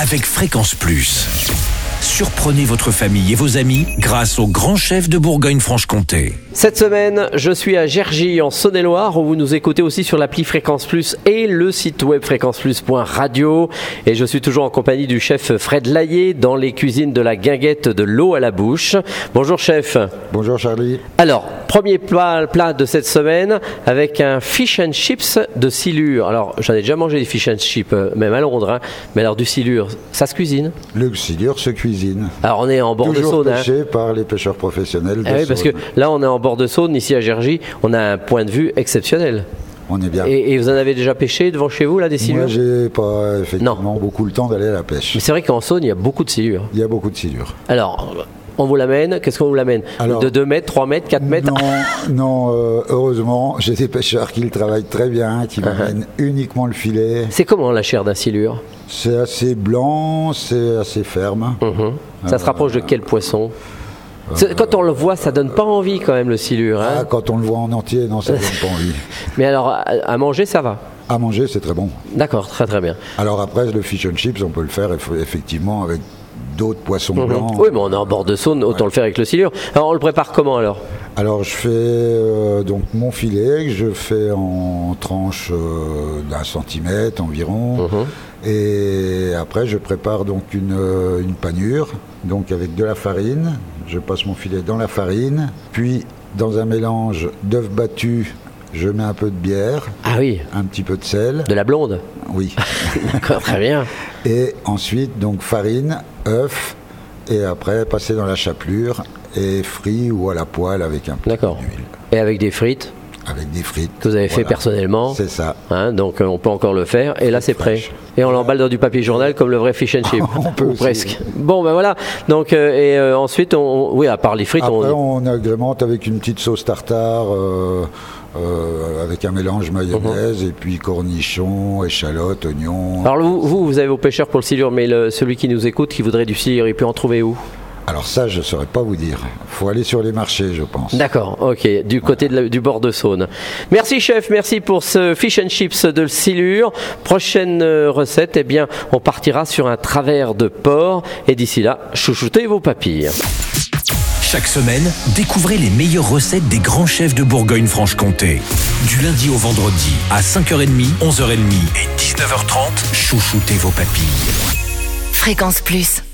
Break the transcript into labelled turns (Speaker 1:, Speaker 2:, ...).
Speaker 1: avec Fréquence Plus. Surprenez votre famille et vos amis grâce au grand chef de Bourgogne-Franche-Comté.
Speaker 2: Cette semaine, je suis à Gergy en Saône-et-Loire où vous nous écoutez aussi sur l'appli Fréquence Plus et le site web fréquenceplus.radio et je suis toujours en compagnie du chef Fred Laillé dans les cuisines de la guinguette de l'eau à la bouche. Bonjour chef.
Speaker 3: Bonjour Charlie.
Speaker 2: Alors, premier plat, plat de cette semaine avec un fish and chips de silure. Alors, j'en ai déjà mangé des fish and chips euh, même à Londres, hein. mais alors du silure, ça se cuisine
Speaker 3: Le silure se cuisine.
Speaker 2: Alors on est en bord de
Speaker 3: Toujours
Speaker 2: Saône. hein.
Speaker 3: pêché par les pêcheurs professionnels. de
Speaker 2: Ah oui, parce que
Speaker 3: Saône.
Speaker 2: là, on est en bord de Saône, ici à Gergy, on a un point de vue exceptionnel.
Speaker 3: On est bien.
Speaker 2: Et, et vous en avez déjà pêché devant chez vous, là, des silures
Speaker 3: Ah. Moi, j'ai pas effectivement
Speaker 2: Non.
Speaker 3: beaucoup le temps d'aller à la pêche.
Speaker 2: Mais c'est vrai qu'en Saône, il y a beaucoup de silures.
Speaker 3: Il y a beaucoup de silures.
Speaker 2: Alors, on vous l'amène, qu'est-ce qu'on vous l'amène
Speaker 3: Alors-
Speaker 2: De 2 mètres, 3 mètres, 4 mètres
Speaker 3: Non, non euh, heureusement, j'ai des pêcheurs qui le travaillent très bien,
Speaker 2: Ah
Speaker 3: qui m'amènent uniquement le filet.
Speaker 2: C'est comment la chair d'un silure
Speaker 3: C'est assez blanc, c'est assez ferme.
Speaker 2: Mhm.
Speaker 3: Euh,
Speaker 2: Ça se rapproche de quel poisson C'est- Quand on le voit, ça donne pas envie quand même le silure. hein.
Speaker 3: Ah, quand on le voit en entier, non, ça donne pas envie.
Speaker 2: Mais alors, à, à manger, ça va.
Speaker 3: À manger, c'est très bon.
Speaker 2: D'accord, très très bien.
Speaker 3: Alors après, le fish and chips, on peut le faire eff- effectivement avec d'autres poissons blancs.
Speaker 2: Mhm. Oui, mais on est en bord de Saône, autant le faire avec le silure. Alors, on le prépare comment alors
Speaker 3: Alors je fais euh, donc mon filet que je fais en tranches euh, d'un centimètre environ.
Speaker 2: Mhm.
Speaker 3: Et après je prépare donc une, euh, une panure, donc avec de la farine. Je passe mon filet dans la farine, puis dans un mélange d'œufs battus, je mets un peu de bière,
Speaker 2: Ah oui,
Speaker 3: un petit peu de sel,
Speaker 2: de la blonde.
Speaker 3: oui.
Speaker 2: D'accord, très bien.
Speaker 3: et ensuite donc farine, œufs, et après passer dans la chapelure et frit ou à la poêle avec un peu
Speaker 2: D'accord.
Speaker 3: d'huile.
Speaker 2: Et avec des frites
Speaker 3: Avec des frites.
Speaker 2: que vous avez fait
Speaker 3: Voilà.
Speaker 2: personnellement.
Speaker 3: C'est ça.
Speaker 2: Hein, donc euh, on peut encore le faire et là c'est prêt.
Speaker 3: fraîche.
Speaker 2: Et on l'emballe dans du papier journal comme le vrai fish and chip.
Speaker 3: On peut
Speaker 2: Ou
Speaker 3: aussi.
Speaker 2: presque. Bon ben voilà. Donc euh, et euh, ensuite on, on- oui à part les frites
Speaker 3: Après,
Speaker 2: on,
Speaker 3: on agrémente avec une petite sauce tartare, euh, euh, avec un mélange mayonnaise, et puis cornichons, échalotes, oignons.
Speaker 2: Uh-huh. Alors vous, vous vous avez vos pêcheurs pour le silure mais le- celui qui nous écoute qui voudrait du silure il peut en trouver où
Speaker 3: Alors ça, je ne saurais pas vous dire. faut aller sur les marchés, je pense.
Speaker 2: D'accord. OK, du côté de la- du bord de Saône. Merci chef, merci pour ce fish and chips de le silure. Prochaine euh, recette, eh bien on partira sur un travers de porc et d'ici là, chouchoutez vos papilles.
Speaker 1: Chaque semaine, découvrez les meilleures recettes des grands chefs de Bourgogne-Franche-Comté. Du lundi au vendredi, à 5h30, 11h30 et 19h30, chouchoutez vos papilles.
Speaker 4: Fréquence Plus.